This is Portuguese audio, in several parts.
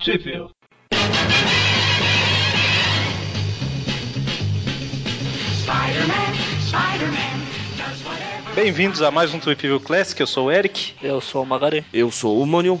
Tipo. Bem-vindos a mais um Trip View Classic, eu sou o Eric. Eu sou o Magari. Eu sou o Manion.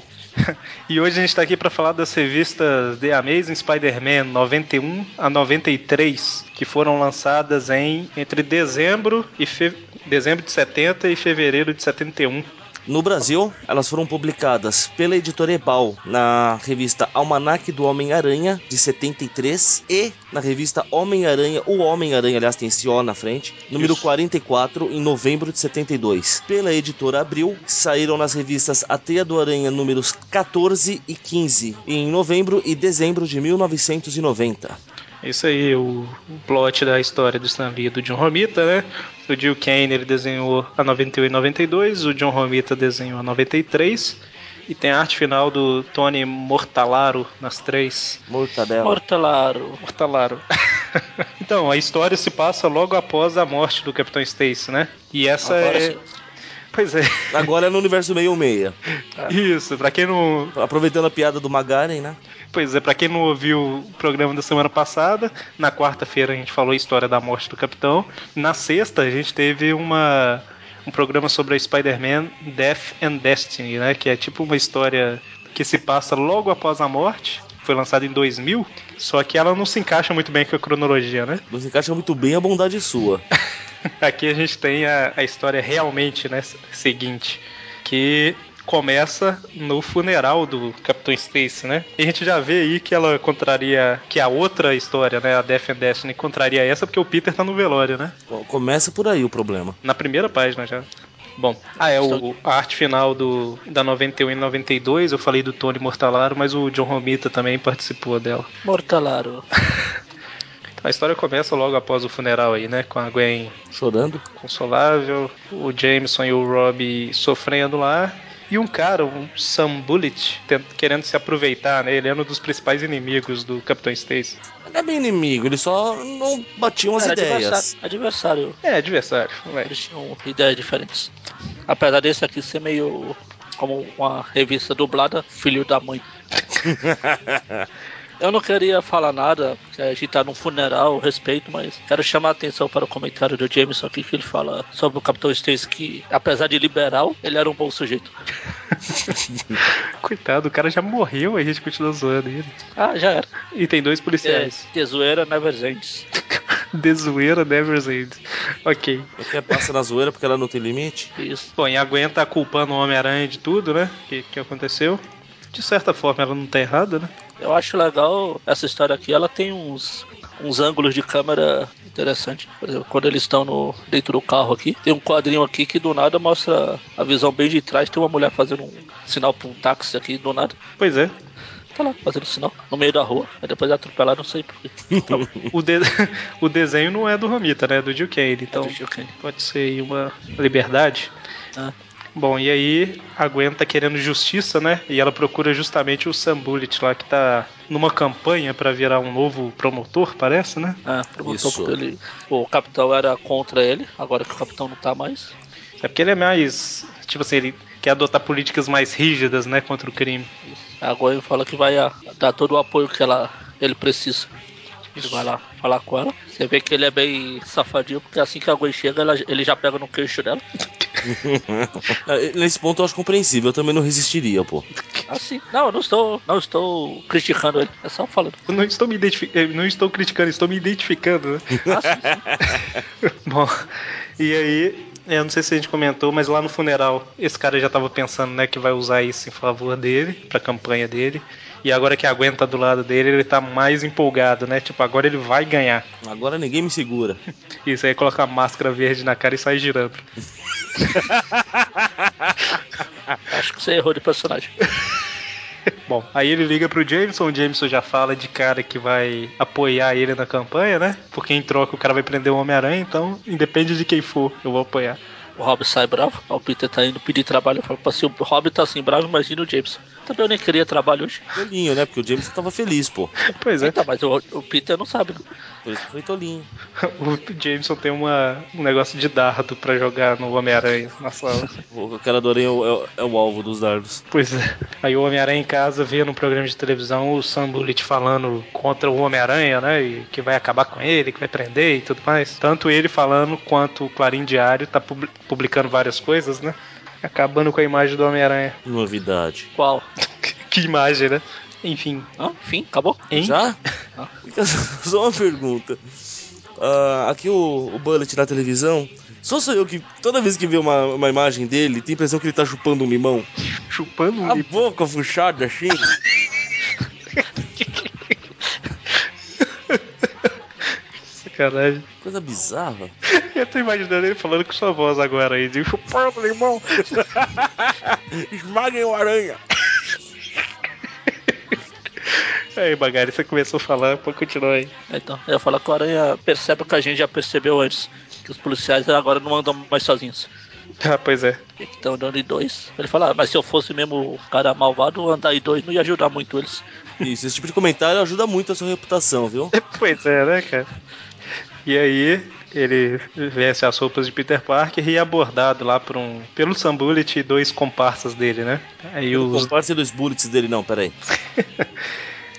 E hoje a gente está aqui para falar das revistas The Amazing Spider-Man 91 a 93, que foram lançadas em entre dezembro e fe... dezembro de 70 e um. fevereiro de 71. No Brasil, elas foram publicadas pela editora Ebal na revista Almanac do Homem-Aranha, de 73, e na revista Homem-Aranha, o Homem-Aranha, aliás, tem esse O na frente, número Isso. 44, em novembro de 72. Pela editora Abril, saíram nas revistas A Teia do Aranha, números 14 e 15, em novembro e dezembro de 1990. É Isso aí, o, o plot da história do Stan Lee e do John Romita, né? O Jill Kane ele desenhou a 91 e 92, o John Romita desenhou a 93, e tem a arte final do Tony Mortalaro nas três. Mortadela. Mortelaro. Mortalaro. então, a história se passa logo após a morte do Capitão Stacy, né? E essa Agora é. sim. Pois é, Agora é no universo 66. isso. Pra quem não, Aproveitando a piada do Magaren, né? Pois é, pra quem não ouviu o programa da semana passada, na quarta-feira a gente falou a história da morte do Capitão. Na sexta a gente teve uma um programa sobre a Spider-Man Death and Destiny, né, que é tipo uma história que se passa logo após a morte. Foi lançada em 2000, só que ela não se encaixa muito bem com a cronologia, né? Você encaixa muito bem a bondade é sua. Aqui a gente tem a, a história realmente, né, seguinte, que começa no funeral do Capitão Stacy, né? E a gente já vê aí que ela contraria, que a outra história, né, a Death and Destiny, contraria essa porque o Peter tá no velório, né? Co- Começa por aí o problema. Na primeira página já. Bom, ah, é o, a arte final do, da 91 e 92, eu falei do Tony Mortalaro, mas o John Romita também participou dela. Então, Mortelaro. A história começa logo após o funeral aí, né, com a Gwen Chorando. consolável, o Jameson e o Rob sofrendo lá. E um cara, um Sam Bullet, tent- querendo se aproveitar, né? Ele é um dos principais inimigos do Capitão Stacy. Não é bem inimigo, ele só não batiam as Era ideias. adversário, é adversário. É, adversário, moleque. Eles tinham ideias diferentes. Apesar desse aqui ser meio como uma revista dublada, filho da mãe. Eu não queria falar nada, porque a gente tá num funeral, respeito, mas quero chamar a atenção para o comentário do Jameson aqui, que ele fala sobre o Capitão Stacy, que apesar de liberal, ele era um bom sujeito. Coitado, o cara já morreu e a gente continua zoando ele. Ah, já era. E tem dois É, policiais. de zoeira, never ends. De zoeira, Never End. Ok. O que passa na zoeira porque ela não tem limite? É Isso. Bom, e a Gwen tá culpando o Homem-Aranha de tudo, né? Que, que aconteceu. De certa forma, ela não tá errada, né? Eu acho legal essa história aqui. Ela tem uns, uns ângulos de câmera interessantes. Por exemplo, quando eles estão no, dentro do carro aqui, tem um quadrinho aqui que do nada mostra a visão bem de trás. Tem uma mulher fazendo um sinal pra um táxi aqui, do nada. Pois é. Tá lá, fazendo sinal, no meio da rua. Aí depois é atropelada, não sei porquê. O, de- o desenho não é do Romita, né? É do Jill Kane. Então, Então, Kane. Pode ser aí uma liberdade. Ah. Bom, e aí a Gwen tá querendo justiça, né? E ela procura justamente o Sam Bullitt lá, que tá numa campanha pra virar um novo promotor, parece, né? Ah, perguntou Isso. porque ele, o capitão era contra ele, agora que o capitão não tá mais. É porque ele é mais. Tipo assim, ele quer adotar políticas mais rígidas, né? Contra o crime. Agora ele fala que vai ah, dar todo o apoio que ela, ele precisa. Ele vai lá falar com ela. Você vê que ele é bem safadinho, porque assim que a Gwen chega, ela- ele já pega no queixo dela. Ah, Nesse ponto eu acho compreensível, eu também não resistiria, pô. Assim, não, eu não estou, não estou criticando ele, é só falando. Eu não estou me identificando, não estou criticando, estou me identificando, né? Bom, e aí, eu não sei se a gente comentou, mas lá no funeral, esse cara já tava pensando, né, que vai usar isso em favor dele, pra campanha dele. E agora que aguenta do lado dele, ele tá mais empolgado, né? Tipo, agora ele vai ganhar. Agora ninguém me segura. Isso aí coloca a máscara verde na cara e sai girando. Acho que você errou de personagem. Bom, aí ele liga pro Jameson, o Jameson já fala de cara que vai apoiar ele na campanha, né? Porque em troca o cara vai prender o Homem-Aranha, então, independe de quem for, eu vou apoiar. o Rob sai bravo. Aí O Peter tá indo pedir trabalho. Fala, "Pô, se o Rob tá assim bravo, imagina o Jameson. Também eu nem queria trabalho hoje. Tolinho, né? Porque o Jameson tava feliz, pô. Pois é. Eita, mas o, o Peter não sabe. né? Por isso que foi tolinho. O Jameson tem uma, um negócio de dardo pra jogar no Homem-Aranha na sala. O cara do aranha é o- é, o- é o alvo dos dardos. Pois é. Aí o Homem-Aranha em casa vê num programa de televisão o Sam Bullitt falando contra o Homem-Aranha, né? E que vai acabar com ele, que vai prender e tudo mais. Tanto ele falando quanto o Clarim Diário tá pub- publicando várias coisas, né? Acabando com a imagem do Homem-Aranha. Novidade. Qual? que imagem, né? Enfim. Ah, enfim, acabou. Hein? Já? Fica só só uma pergunta. Ah, aqui o, o Bullet na televisão. Só sou eu que, toda vez que vê uma, uma imagem dele, tem a impressão que ele tá chupando um limão. Chupando um A livro. boca fuchada, assim. Sacanagem. Coisa bizarra. Eu tô imaginando ele falando com sua voz agora aí, de chupando um limão. Esmaguem o aranha. Aí, Magari, você começou a falar, pode continuar aí. Então, eu ia falar que o Aranha percebe o que a gente já percebeu antes. Que os policiais agora não andam mais sozinhos. Ah, pois é. Que estão andando em dois. Ele fala, "Ah, mas se eu fosse mesmo o cara malvado, andar em dois não ia ajudar muito eles. Isso, esse tipo de comentário ajuda muito a sua reputação, viu? Pois é, né, cara? E aí, ele veste as roupas de Peter Parker e é abordado lá por um, pelo Sam Bullet e dois comparsas dele, né? Aí Eu os, compartilho os bullets dele, não, peraí.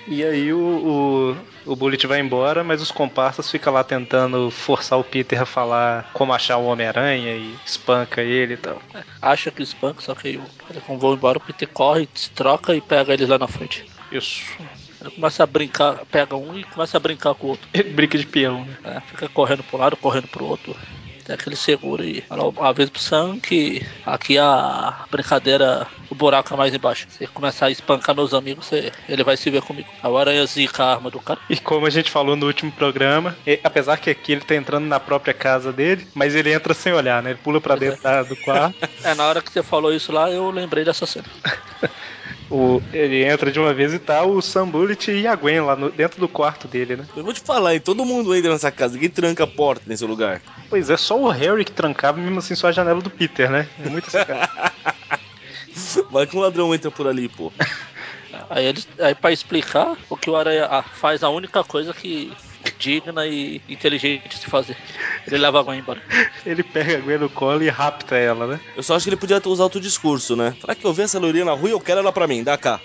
e aí o, o, o Bullet vai embora, mas os comparsas ficam lá tentando forçar o Peter a falar como achar o Homem-Aranha e espanca ele e tal. Acha que espanca, só que aí o- ele como vão embora, o Peter corre, se troca e pega eles lá na frente. Isso. Ele começa a brincar, pega um e começa a brincar com o outro. Ele brinca de peão, né? né? Fica correndo pro lado, correndo pro outro. Até que ele segura e fala uma vez pro Sam que aqui é a brincadeira, o buraco é mais embaixo. Se ele começar a espancar meus amigos, você- ele vai se ver comigo. Aí o aranha zica a arma do cara. E como a gente falou no último programa, e- apesar que aqui ele tá entrando na própria casa dele, mas ele entra sem olhar, né? Ele pula pra dentro da- do quarto, É, na hora que você falou isso lá, eu lembrei dessa cena. o- ele entra de uma vez e tá o Sam Bullet e a Gwen lá no- dentro do quarto dele, né? Eu vou te falar, hein? Todo mundo entra nessa casa, ninguém tranca a porta nesse lugar. Pois é, só o Harry que trancava, mesmo assim só a janela do Peter, né? É muito sacado. Vai que um ladrão entra por ali, pô. Aí, ele, aí pra explicar o que o aranha ah, faz, a única coisa que digna e inteligente de se fazer. Ele leva a Gwen embora. ele pega a Gwen no colo e rapta ela, né? Eu só acho que ele podia usar outro discurso, né? Falar que eu vi essa loirinha na rua e eu quero ela pra mim, dá cá.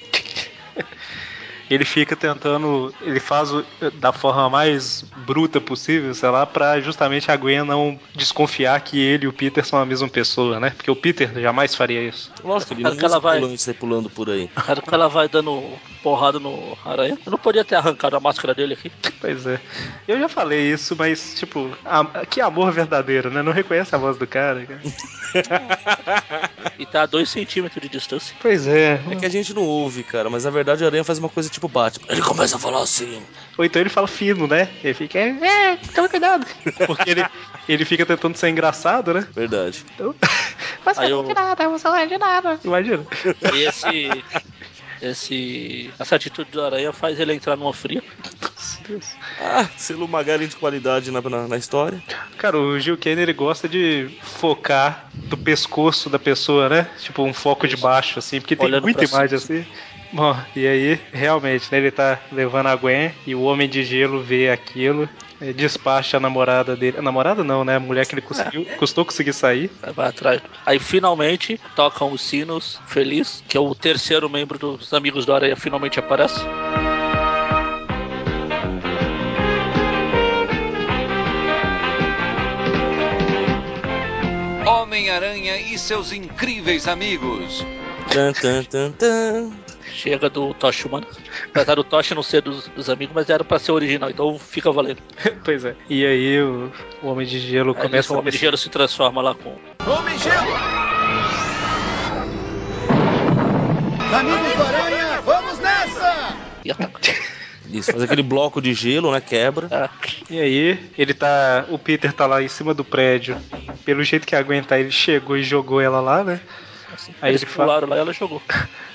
Ele fica tentando, ele faz o- da forma mais bruta possível, sei lá, pra justamente a Gwen não desconfiar que ele e o Peter são a mesma pessoa, né? Porque o Peter jamais faria isso. Lógico, ele não Cara, que ela usa vai. pulando, sai pulando por aí. Cara, que ela vai dando porrada no aranha. Eu não podia ter arrancado a máscara dele aqui. Pois é. Eu já falei isso, mas, tipo, a- que amor verdadeiro, né? Não reconhece a voz do cara. cara. E tá a 2 centímetros de distância. Pois é. É que a gente não ouve, cara, mas na verdade a aranha faz uma coisa tipo Batman. Ele começa a falar assim. Ou então ele fala fino, né? Ele fica, é, é toma cuidado. Porque ele, ele fica tentando ser engraçado, né? Verdade. Então, mas Aí não eu- é de nada, você não é de nada. Imagina. E esse. esse. Essa atitude do aranha faz ele entrar numa fria. Ah, selo Magalhães de qualidade na, na, na história. Cara, o Gil Kenner ele gosta de focar do pescoço da pessoa, né? Tipo, um foco de baixo, assim, porque tem Olhando muita pra cima. imagem assim. Bom, e aí, realmente, né? Ele tá levando a Gwen e o Homem de Gelo vê aquilo, eh, despacha a namorada dele. A namorada não, né? A mulher que ele conseguiu, custou conseguir sair. Aí Vai atrás. Aí finalmente tocam os sinos, feliz, que é o terceiro membro dos amigos do aranha finalmente aparece. Homem-Aranha e seus incríveis amigos. Tan, tan, tan, tan. Chega do Tosh humano. Apesar do Tosh não ser dos, dos amigos, mas era pra ser original, então fica valendo. pois é. E aí o, o Homem de Gelo Aí começa É, o a homem de gelo se transforma lá com. Homem Gelo! Amigos do Aranha, vamos nessa! E ataca. Isso, faz aquele bloco de gelo, né? Quebra. Ah, E aí, ele tá. O Peter tá lá em cima do prédio. Pelo jeito que aguenta, ele chegou e jogou ela lá, né? Assim, Aí eles ele fala- pularam lá e ela jogou.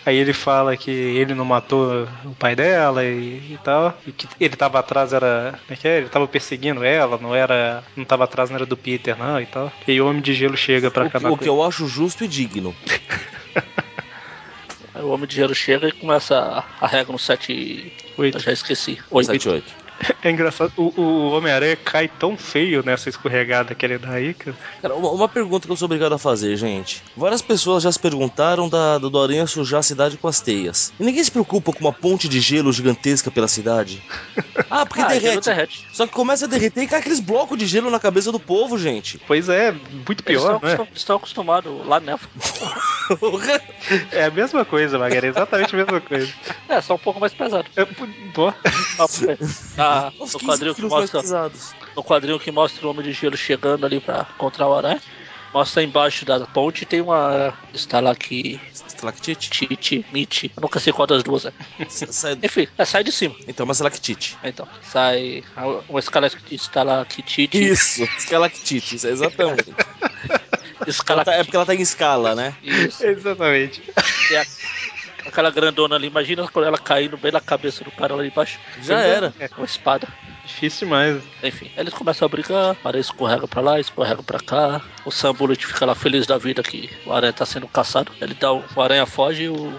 Aí ele fala que ele não matou o pai dela e, e tal. E que ele tava atrás, era. Como é que é? Ele tava perseguindo ela, não era. Não tava atrás, não era do Peter, não, e tal. E aí o Homem de Gelo chega pra acabar O, o com que eu acho justo e digno. Aí o Homem de Gelo chega e começa a, a regra no 7. ele. Eu já esqueci. 8. 7-8. É engraçado, o, o Homem-Aranha cai tão feio nessa escorregada que ele dá aí, cara. Cara, uma, uma pergunta que eu sou obrigado a fazer, gente. Várias pessoas já se perguntaram da, do, do Aranha sujar a cidade com as teias. E ninguém se preocupa com uma ponte de gelo gigantesca pela cidade? Ah, porque Ah, gelo derrete. derrete. Só que começa a derreter e cai aqueles blocos de gelo na cabeça do povo, gente. Pois é, muito pior, eles né? estão, estão acostumados lá né? nela. É a mesma coisa, Magalha, é exatamente a mesma coisa. É, só um pouco mais pesado. É, pô, Ah, Uns no 15 quadril que quilos mais mostra pesados. no quadrinho que mostra o Homem de Gelo chegando ali pra encontrar o Aranha. Mostra embaixo da ponte tem uma estalactite, Estalactite? mite. Eu nunca sei qual das duas é. Sa- sai- Enfim, é, sai de cima. Então, uma estalactite. Então, sai a- uma escala- estalactite, Isso, estalactite, isso é exatamente. Ela tá- é escalactite. porque ela tá em escala, né? Isso. exatamente. E a- aquela grandona ali, imagina quando ela caindo bem na cabeça do cara lá de baixo. É, Já era. Uma espada. Difícil demais. Enfim, aí eles começam a brigar, o aranha escorrega pra lá, escorrega pra cá. O Sam Bullet fica lá feliz da vida que o aranha tá sendo caçado. Ele dá um- o aranha foge e o,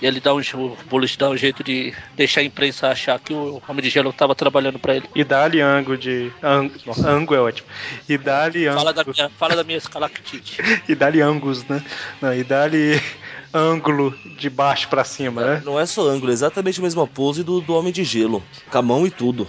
e ele dá um, je- o Bullet dá um jeito de deixar a imprensa achar que o Homem de Gelo tava trabalhando pra ele. E dá-lhe ângulo de. ang- Nossa, ângulo é ótimo. E dá-lhe Fala da ângulo. minha, fala da minha escalactite. E dá-lhe ângulos, né? Não, e dá-lhe ângulo de baixo pra cima, né? Não é só ângulo, é exatamente a mesma pose do, do Homem de Gelo. Com a mão e tudo.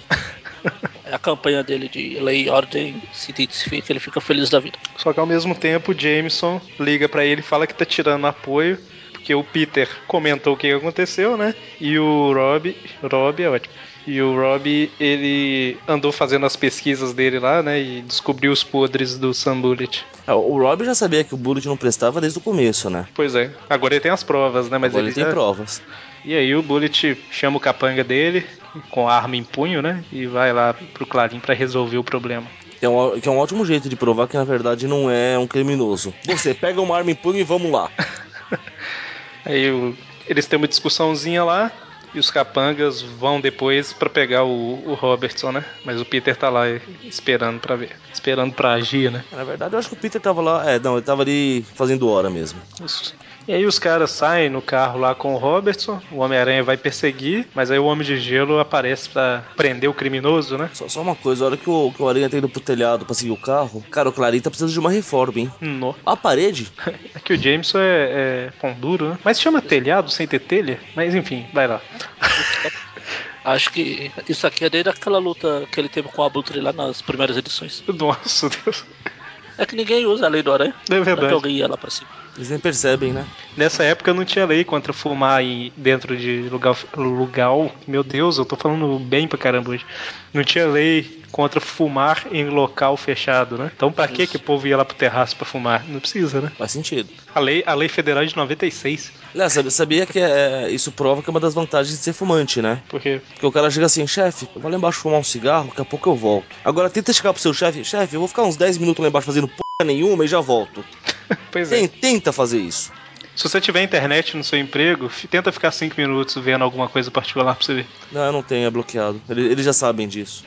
É A campanha dele de lei e ordem se identifica, ele fica feliz da vida. Só que ao mesmo tempo, o Jameson liga pra ele e fala que tá tirando apoio, porque o Peter comentou o que aconteceu, né? E o Rob, Rob é ótimo. E o Rob, ele andou fazendo as pesquisas dele lá, né? E descobriu os podres do Sam Bullet. Ah, O Rob já sabia que o Bullet não prestava desde o começo, né? Pois é. Agora ele tem as provas, né? Mas Agora ele tem já- provas. E aí o Bullet chama o capanga dele, com a arma em punho, né? E vai lá pro Clarim pra resolver o problema. Que é, um, ó- que é um ótimo jeito de provar que na verdade não é um criminoso. Você pega uma arma em punho e vamos lá. Aí o- eles têm uma discussãozinha lá e os capangas vão depois pra pegar o, o Robertson, né? Mas o Peter tá lá eh, esperando pra ver, esperando pra agir, né? Na verdade, eu acho que o Peter tava lá. É, não, ele tava ali fazendo hora mesmo. Isso. E aí os caras saem no carro lá com o Robertson, o Homem-Aranha vai perseguir, mas aí o Homem de Gelo aparece pra prender o criminoso, né? Só, só uma coisa, a hora que o, que o Aranha tá indo pro telhado pra seguir o carro, cara, o Clarim tá precisando de uma reforma, hein? No. A parede? É que o Jameson é, é pão duro, né? Mas chama telhado sem ter telha? Mas enfim, vai lá. Acho que isso aqui é desde aquela luta que ele teve com o Abutre lá nas primeiras edições. Nossa Deus. É que ninguém usa a lei do aranha. É Pra que verdade. alguém ia lá pra cima. Eles nem percebem, né? Nessa época não tinha lei contra fumar em, dentro de lugar, lugar. Meu Deus, eu tô falando bem pra caramba hoje. Não tinha lei contra fumar em local fechado, né? Então pra que Isso. que o povo ia lá pro terraço pra fumar? Não precisa, né? Faz sentido. A lei, a lei federal é de 96. Aliás, sabe- sabia que é, isso prova que é uma das vantagens de ser fumante, né? Porque. Porque o cara chega assim, chefe, eu vou lá embaixo fumar um cigarro, daqui a pouco eu volto. Agora tenta chegar pro seu chefe, chefe, eu vou ficar uns 10 minutos lá embaixo fazendo porra nenhuma e já volto. Pois é. Tem- tenta fazer isso. Se você tiver internet no seu emprego, fi- tenta ficar 5 minutos vendo alguma coisa particular pra você ver. Não, eu não tenho, é bloqueado. Ele- Eles, já sabem disso.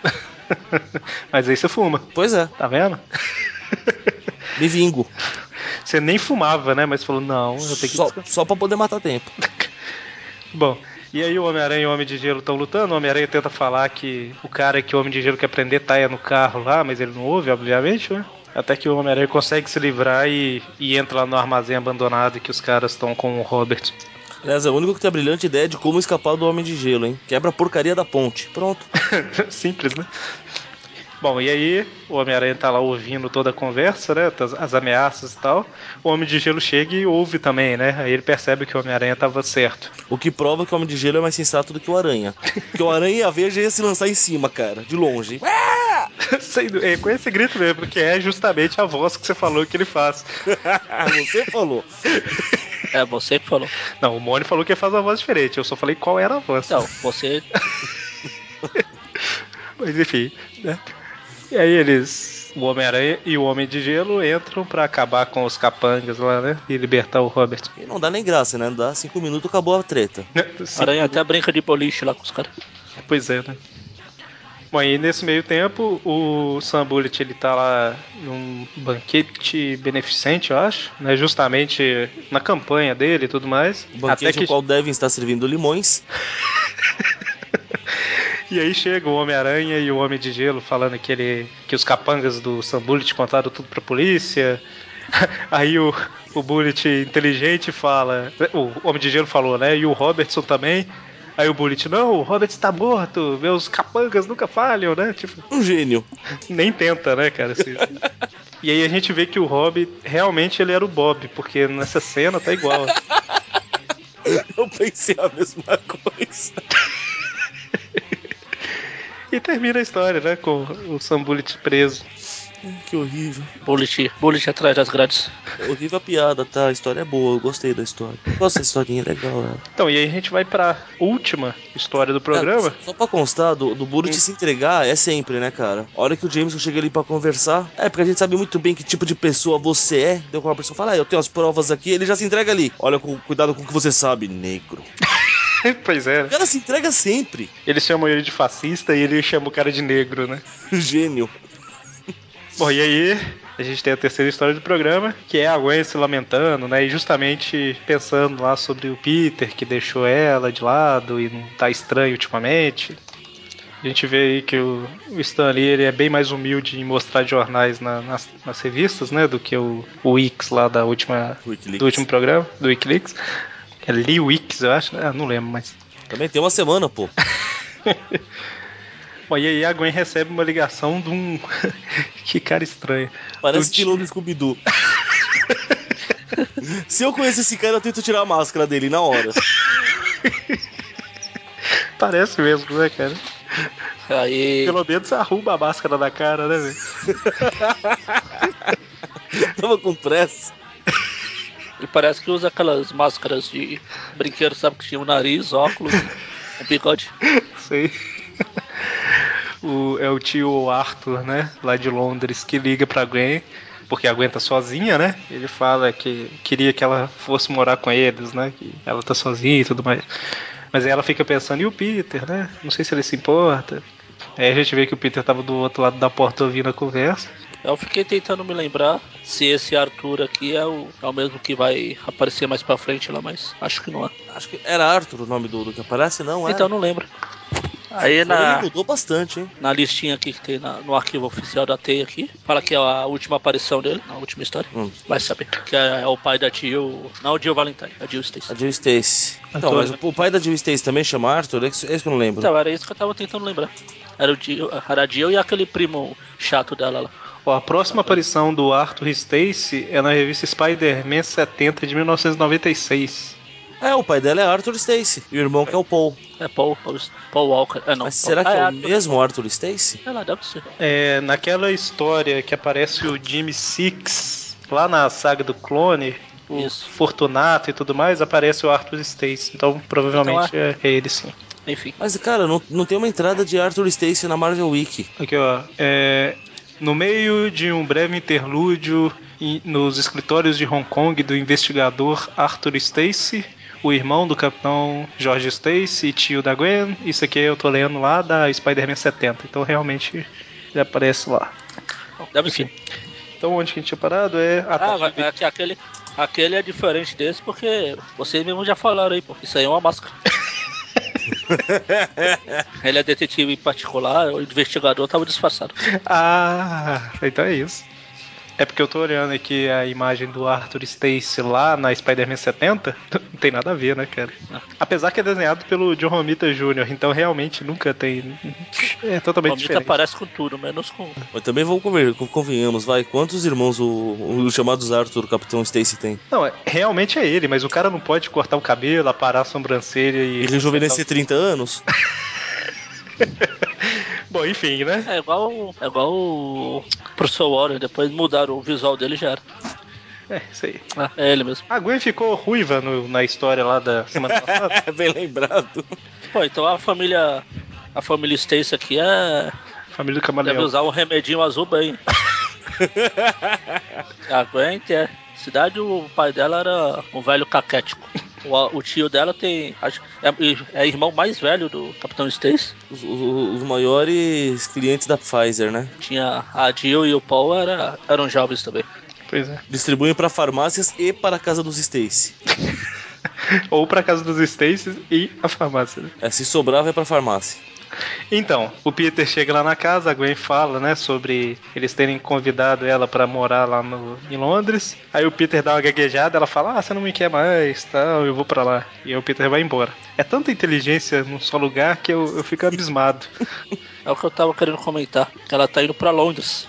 Mas aí você fuma, Pois é, tá vendo? me vingo. Você nem fumava, né? Mas falou, não, eu tenho que Só, só pra poder matar tempo. Bom, e aí o Homem-Aranha e o Homem de Gelo estão lutando. O Homem-Aranha tenta falar que o cara que o Homem de Gelo quer prender taia no carro lá, mas ele não ouve, obviamente, né? Até que o Homem-Aranha consegue se livrar e, e entra lá no armazém abandonado que os caras estão com o Robert. Aliás, é o único que tem a brilhante ideia de como escapar do Homem de Gelo, hein? Quebra a porcaria da ponte. Pronto. Simples, né? Bom, e aí o Homem-Aranha tá lá ouvindo toda a conversa, né? As, as ameaças e tal. O Homem de Gelo chega e ouve também, né? Aí ele percebe que o Homem-Aranha tava certo. O que prova que o Homem de Gelo é mais sensato do que o Aranha. Porque o Aranha ia ver já ia se lançar em cima, cara, de longe. Sem dú- é com esse grito mesmo, porque é justamente a voz que você falou que ele faz. Ah, você falou. É, você que falou. Não, o Mone falou que faz uma voz diferente, eu só falei qual era a voz. Então, você Mas enfim, né? E aí eles o Homem-Aranha e o Homem de Gelo entram pra acabar com os capangas lá, né? E libertar o Robert. E não dá nem graça, né? Não dá cinco minutos, acabou a treta. Sim, Aranha até brinca de boliche lá com os caras. Pois é, né? Bom, aí nesse meio tempo, o Sam Bullet, ele tá lá num banquete beneficente, eu acho, né? Justamente na campanha dele e tudo mais. O banquete Até no que... qual devem estar servindo limões. E aí chega o Homem-Aranha e o Homem de Gelo falando que, ele, que os capangas do Sam Bullet contaram tudo pra polícia. Aí o, o Bullet inteligente fala. O Homem de Gelo falou, né? E o Robertson também. Aí o Bullet, não, o Robert está morto, meus capangas nunca falham, né? Tipo, Um gênio. nem tenta, né, cara? Se- E aí a gente vê que o Rob realmente ele era o Bob, porque nessa cena tá igual. Eu pensei a mesma coisa. E termina a história, né? Com o Sam Bullet preso. Que horrível. Boliche, boliche atrás das grades. Horrível a piada, tá? A história é boa, eu gostei da história. Nossa, a historinha é legal, né? Então, e aí a gente vai pra última história do programa. Hum. Só pra constar, do, do Bullet se entregar é sempre, né, cara? A hora que o Jameson chega ali pra conversar, é porque a gente sabe muito bem que tipo de pessoa você é. Deu com uma pessoa fala, ah, eu tenho as provas aqui, ele já se entrega ali. Olha, com, cuidado com o que você sabe, negro. pois é. O né? cara se entrega sempre. Eles chamam ele de fascista e ele chama o cara de negro, né? Gênio. Bom, e aí a gente tem a terceira história do programa, que é a Gwen se lamentando, né? E justamente pensando lá sobre o Peter, que deixou ela de lado e não tá estranho ultimamente. A gente vê aí que o o Stan Lee ele é bem mais humilde em mostrar jornais na- nas, nas revistas, né? Do que o, o Wix lá da última, Wikileaks. do último programa, do Wikileaks. É Lee Wix, eu acho. Ah, não lembro, mas... Também tem uma semana, pô. Bom, e aí a Gwen recebe uma ligação de um... que cara estranho. Parece Do ti- vilão do Scooby-Doo. Se eu conheço esse cara, eu tento tirar a máscara dele na hora. Parece mesmo, né, cara? Aí, Pelo menos arruma a máscara da cara, né, velho? Tava com pressa. ele parece que usa aquelas máscaras de brinquedo, sabe? Que tinha o nariz, óculos, um bigode. Sei. O, é o tio Arthur, né? Lá de Londres, que liga pra Gwen, porque aguenta sozinha, né? Ele fala que queria que ela fosse morar com eles, né? Que ela tá sozinha e tudo mais. Mas aí ela fica pensando, e o Peter, né? Não sei se ele se importa. Aí a gente vê que o Peter tava do outro lado da porta ouvindo a conversa. Eu fiquei tentando me lembrar se esse Arthur aqui é o, é o mesmo que vai aparecer mais pra frente lá, mas acho que não é. Acho que era Arthur o nome do, do que aparece, não é? Então não lembro. Aí na, Ele mudou bastante, hein? na listinha aqui que tem na- no arquivo oficial da TEI aqui, fala que é a última aparição dele, na última história. Hum. Vai saber. Que é, é o pai da Jill. Não, o Jill Valentine, a Jill Stacy. A Jill Stace. Então, mas Antônio. o, o pai da Jill Stace também chama Arthur? É isso é isso que eu não lembro. Então, era isso que eu tava tentando lembrar. Era o Jill, era a Jill e aquele primo chato dela lá. Ó, a próxima aparição do Arthur Stacy é na revista Spider-Man 70 de 1996. É, o pai dela é Arthur Stace. E o irmão que é o Paul. É Paul, Paul, Paul Walker. É, não. Mas Paul- será que é ah, o mesmo Arthur Stace? É lá, deve ser. É, naquela história que aparece o Jimmy Six, lá na saga do clone, o Isso. Fortunato e tudo mais, aparece o Arthur Stacy. Então provavelmente é, é ele sim. Enfim. Mas, cara, não, não tem uma entrada de Arthur Stace na Marvel Wiki. Aqui, ó. é, no meio de um breve interlúdio em- nos escritórios de Hong Kong do investigador Arthur Stacy, o irmão do capitão George Stacy e tio da Gwen, isso aqui eu tô lendo lá da Spider-Man 70, então realmente ele aparece lá. Deve ser. Então onde que a gente tinha parado é... Ah, tá. Ah, vai- é que aquele, aquele é diferente desse porque vocês mesmos já falaram aí, pô. Isso aí é uma máscara. Ele é detetive em particular, o investigador tava disfarçado. É Ah, então é isso. É porque eu tô olhando aqui a imagem do Arthur Stacy lá na Spider-Man 70. Não tem nada a ver, né, cara? Apesar que é desenhado pelo John Romita Jr., então realmente nunca tem. É totalmente O Mita diferente. aparece com tudo, menos com. Mas também vamos conver- convenhamos, vai. Quantos irmãos o, os chamados Arthur, Capitão Stacy, tem? Não, é- realmente é ele, mas o cara não pode cortar o cabelo, aparar a sobrancelha e. E rejuvenescer 30 anos? Bom, enfim, né? É igual, o- é igual o Professor Warren, depois mudaram o visual dele e já era. É isso aí. Ah, É ele mesmo. A Gwen ficou ruiva no- na história lá da semana passada. É bem lembrado. Pô, então a família. A família Stacy aqui é. Família do Deve Camaleão. usar um remedinho azul bem. Aguente, é. Cidade, o pai dela era um velho caquético. O, a- o tio dela tem. Acho, é, é irmão mais velho do Capitão Stacy. Os, os- os maiores clientes da Pfizer, né? Tinha a Jill e o Paul era, eram jovens também. Pois é. Distribuem para farmácias e para a casa dos Stacy. Ou pra casa dos Stacy e a farmácia, né? É, se sobrar, vai para farmácia. Então, o Peter chega lá na casa, a Gwen fala, né, sobre eles terem convidado ela pra morar lá no, em Londres. Aí o Peter dá uma gaguejada, ela fala: "Ah, você não me quer mais, tal, eu vou pra lá". E aí o Peter vai embora. É tanta inteligência num só lugar que eu, eu fico abismado. É o que eu tava querendo comentar. Que ela tá indo pra Londres.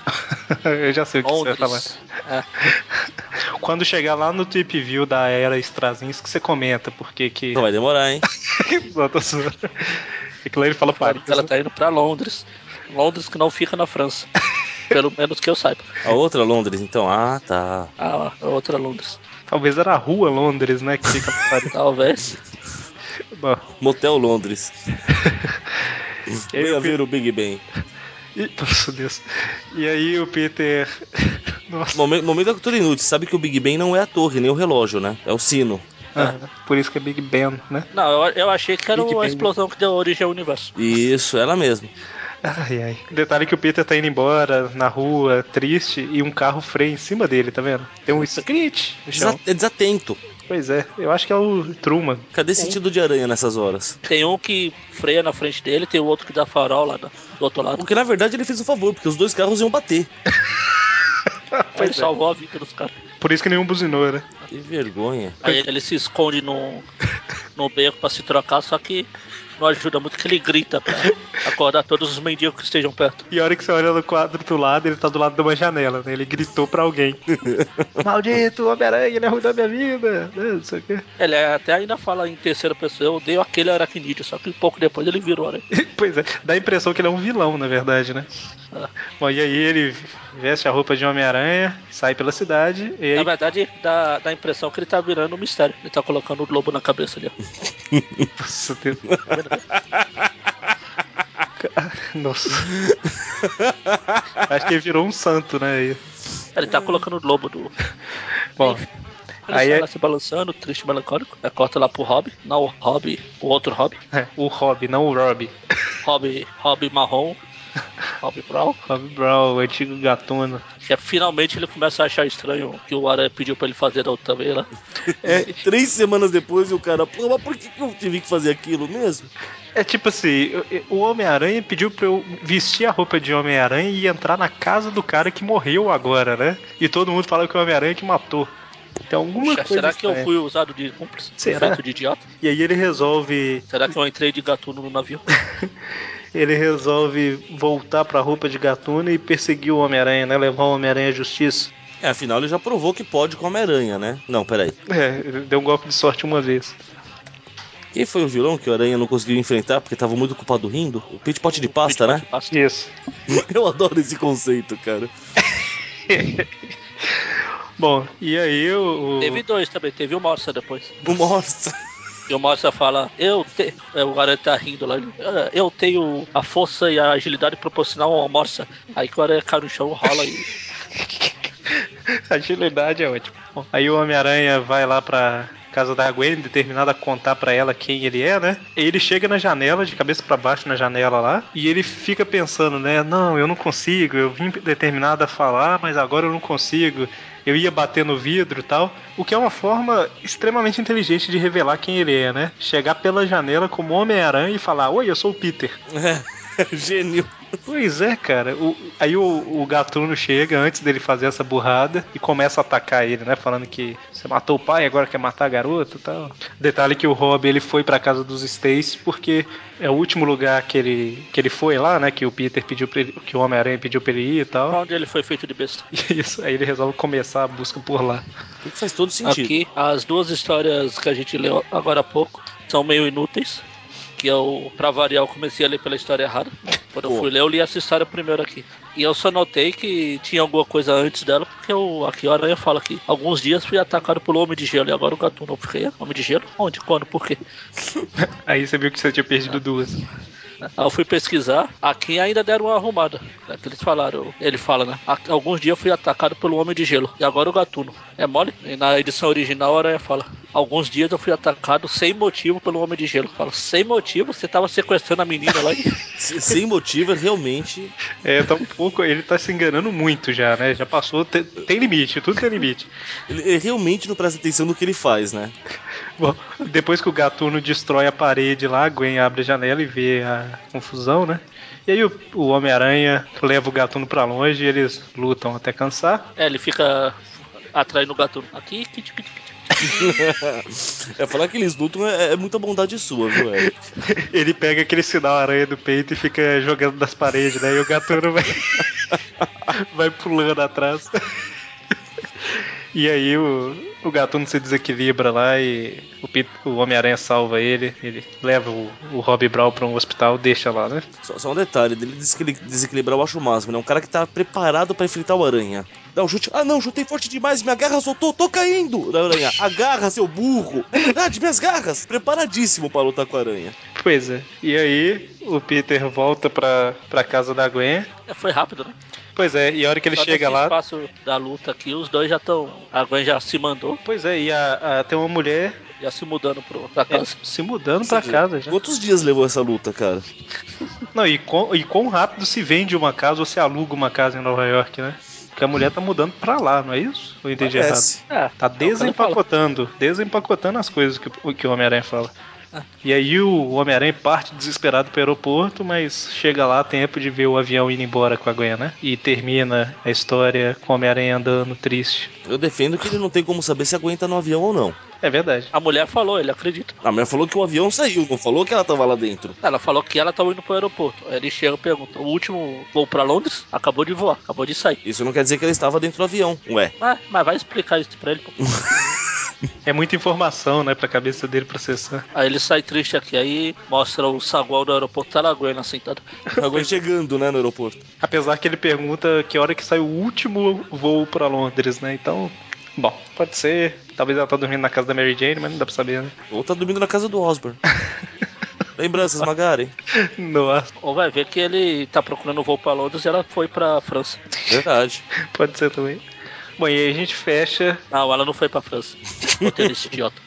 eu já sei o que você tá vai falar. Londres. É. Quando chegar lá no Tip View da Era Strazinski, você comenta porque que Não é. vai demorar, hein? Só tô zoando. Aquilo aí ele fala Paris. Ela né? tá indo pra Londres. Londres que não fica na França. Pelo menos que eu saiba. A outra Londres, então. Ah, tá. Ah, é outra Londres. Talvez era a rua Londres, né, que fica Paris. Talvez. Bom, Motel Londres. aí, Venha o Pe- ver o Big Ben. E, nossa Deus. E aí o Peter. Nossa. Momento, momento da cultura inútil. Sabe que o Big Ben não é a torre, nem o relógio, né? É o sino. Ah, por isso que é Big Ben, né? Não, eu, eu achei que era Big a Bang. explosão que deu origem ao universo. Isso, ela mesmo. Ai, ai. Detalhe que o Peter tá indo embora na rua, triste, e um carro freia em cima dele, tá vendo? Tem um screech no chão. Desa- É desatento. Pois é, eu acho que é o Truman. Cadê sentido de aranha nessas horas? Tem um que freia na frente dele, tem o outro que dá farol lá do do outro lado. Porque na verdade ele fez um favor, porque os dois carros iam bater. Aí é. ele salvou a vida dos caras. Por isso que nenhum buzinou, né? Que vergonha. Aí ele se esconde no, no beco pra se trocar, só que não ajuda muito que ele grita pra acordar todos os mendigos que estejam perto. E a hora que você olha no quadro do lado, ele tá do lado de uma janela, né? Ele gritou pra alguém: Maldito Homem-Aranha, ele arruinou minha vida! né? Não sei o quê. Ele é, até ainda fala em terceira pessoa, eu odeio aquele aracnídeo, só que um pouco depois ele virou aranha. Pois é, dá a impressão que ele é um vilão, na verdade, né? Ah. Bom, e aí ele veste a roupa de Homem-Aranha, sai pela cidade, e Na aí, verdade, dá, dá a impressão que ele tá virando um mistério. Ele tá colocando o globo na cabeça ali. ó. Nossa, Deus. Nossa. Acho que ele virou um santo, né? aí. Ele Hum. tá colocando o globo do. Ele Bom, Aí sai é- lá se balançando, triste, melancólico. Aí corta lá pro Rob. Não, o Rob, o outro Rob. é, o Rob, não o Rob. Rob, Rob marrom. Rob Brown. Rob Brown, o antigo gatuno. Que é, finalmente ele começa a achar estranho o que o Aranha pediu pra ele fazer da outra né? vez lá. É, Três semanas depois e o cara, pô, mas por que que eu tive que fazer aquilo mesmo? É tipo assim, o Homem-Aranha pediu pra eu vestir a roupa de Homem-Aranha e entrar na casa do cara que morreu agora, né? E todo mundo fala que o Homem-Aranha que matou. Tem alguma Puxa, coisa será que eu estranha. fui usado de um cúmplice? Será? Feito de idiota? E aí ele resolve, Será que eu entrei de gatuno no navio? ele resolve voltar pra roupa de gatuno e perseguir o Homem-Aranha, né? Levar o Homem-Aranha à justiça. É, afinal ele já provou que pode com a Homem-Aranha, né? Não, peraí. É, deu um golpe de sorte uma vez. Quem foi o vilão que o Aranha não conseguiu enfrentar porque tava muito ocupado rindo? O Pit Pot de Pasta, né? Nossa, Isso. Eu adoro esse conceito, cara. Bom, e aí o. o- Teve dois também, teve o Morsa depois. Mostra. E o Morsa fala, eu te... é, O Aranha tá rindo lá. ele, "Ah, Eu tenho a força e a agilidade proporcional ao Morsa. Aí que o Aranha cai no chão, rola e Agilidade é ótimo. Bom, aí o Homem-Aranha vai lá pra casa da Gwen, determinado a contar pra ela quem ele é, né? E ele chega na janela, de cabeça pra baixo na janela lá, e ele fica pensando, né? Não, eu não consigo, eu vim determinado a falar, mas agora eu não consigo. Eu ia bater no vidro e tal. O que é uma forma extremamente inteligente de revelar quem ele é, né? Chegar pela janela como Homem-Aranha e falar: Oi, eu sou o Peter. Gênio. Pois é, cara. O- aí o, o gatuno chega antes dele fazer essa burrada e começa a atacar ele, né? Falando que você matou o pai, agora quer matar a garota e tal. Detalhe que o Rob ele foi pra casa dos Stacy porque é o último lugar que ele, que ele foi lá, né? Que o Peter pediu pra ele, que o Homem-Aranha pediu pra ele ir e pra tal. onde ele foi feito de besta. E isso, aí ele resolve começar a busca por lá. O que faz todo sentido. Aqui, as duas histórias que a gente leu agora há pouco são meio inúteis. Que eu, pra variar, eu comecei a ler pela história errada. Quando eu Pô. fui ler, eu li essa história primeiro aqui. E eu só notei que tinha alguma coisa antes dela, porque eu, aqui o Aranha fala que alguns dias fui atacado pelo Homem de Gelo e agora o Gatuno. Eu fiquei, Homem de Gelo? Onde? Quando? Por quê? Aí você viu que você tinha perdido duas. né? Aí eu fui pesquisar, aqui ainda deram uma arrumada. Né? Que eles falaram, ele fala, né? "Há Alguns dias eu fui atacado pelo Homem de Gelo, e agora o Gatuno. É mole? E na edição original era fala, alguns dias eu fui atacado sem motivo pelo Homem de Gelo. Fala, sem motivo? Você tava sequestrando a menina lá e... Se- Sem motivo, é realmente. É, tá um pouco. Ele tá se enganando muito já, né? Já passou. Tem, tem limite, tudo tem limite. Ele, ele realmente não presta atenção no que ele faz, né? Bom, depois que o gatuno destrói a parede lá, a Gwen abre a janela e vê a confusão, né? E aí o, o Homem-Aranha leva o gatuno pra longe e eles lutam até cansar. É, ele fica atraindo o Gatuno. Aqui, kit, kit, kit. É falar que eles lutam é, é muita bondade sua, viu, Eric? Ele pega aquele sinal aranha do peito e fica jogando das paredes, né? E o gatuno vai, vai pulando atrás. E aí o, o gatuno se desequilibra lá e o, Pit- o Homem-Aranha salva ele. Ele leva o, o Rob Brown pra um hospital, deixa lá, né? Só, só um detalhe, dele desequili- desequilibrar eu acho o máximo, né? Um cara que tá preparado pra enfrentar o aranha. Dá um chute. Ah não, chutei forte demais, minha garra soltou, tô caindo! Da aranha, agarra, seu burro! É verdade, minhas garras! Preparadíssimo pra lutar com a aranha. Pois é. E aí, o Peter volta pra, pra casa da Gwen. É, foi rápido, né? Pois é, e a hora que ele Só chega nesse lá. espaço da luta aqui, os dois já estão... A Gwen já se mandou, Pois é, e a, a- tem uma mulher já se mudando pro, pra é, casa. se mudando pra Você- casa já. Quantos dias levou essa luta, cara? Não, e quão, e quão rápido se vende uma casa ou se aluga uma casa em Nova York, né? Porque a mulher tá mudando pra lá, não é isso? Ou eu entendi errado? Parece. É, Tá é o cara fala. desempacotando, desempacotando as coisas que, o- que o Homem-Aranha fala. Ah. E aí o Homem-Aranha parte desesperado pro aeroporto, mas chega lá a tempo de ver o avião indo embora com a Gwen, né? E termina a história com o Homem-Aranha andando triste. Eu defendo que ele não tem como saber se aguenta no avião ou não. É verdade. A mulher falou, ele acredita. A mulher falou que o avião saiu, não falou que ela tava lá dentro. Ela falou que ela tava indo pro aeroporto. Aí ele chega e pergunta: o último voo pra Londres acabou de voar, acabou de sair. Isso não quer dizer que ela estava dentro do avião. Ué, Ah, mas vai explicar isso pra ele. pô. É muita informação, né, pra cabeça dele processar. Aí ele sai triste aqui, aí mostra o saguão do aeroporto, tá lá a Gwen lá sentada. agora chegando, né, no aeroporto. Apesar que ele pergunta que hora que sai o último voo pra Londres, né? Então, bom, pode ser. Talvez ela tá dormindo na casa da Mary Jane, mas não dá pra saber, né? Ou tá dormindo na casa do Osborne. Lembranças, Magari. Nossa, Ou vai ver que ele tá procurando voo pra Londres e ela foi pra França. Verdade. pode ser também. Bom, e aí a gente fecha Não, ela não foi pra França. Roteirista idiota.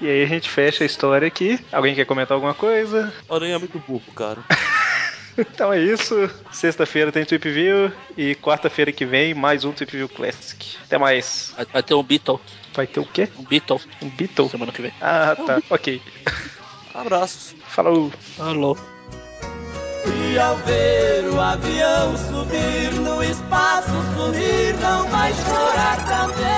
E aí a gente fecha a história aqui. Alguém quer comentar alguma coisa? O Aranha é muito burro, cara. Então é isso. Sexta-feira tem Trip View e quarta-feira que vem mais um Trip View Classic. Até mais. Vai, vai ter um Beatle, Vai ter o quê? um Beatle Um Beatle? semana que vem. Ah, tá. Ok. Abraços. Falou. Alô. E ao ver o avião subir no espaço, sorrir, não vai chorar também.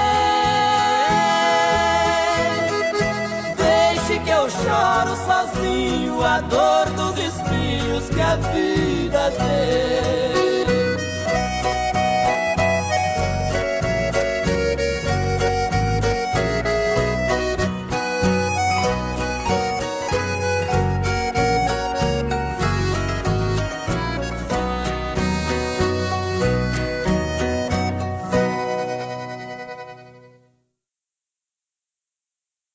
Deixe que eu choro sozinho a dor dos espinhos que a vida tem.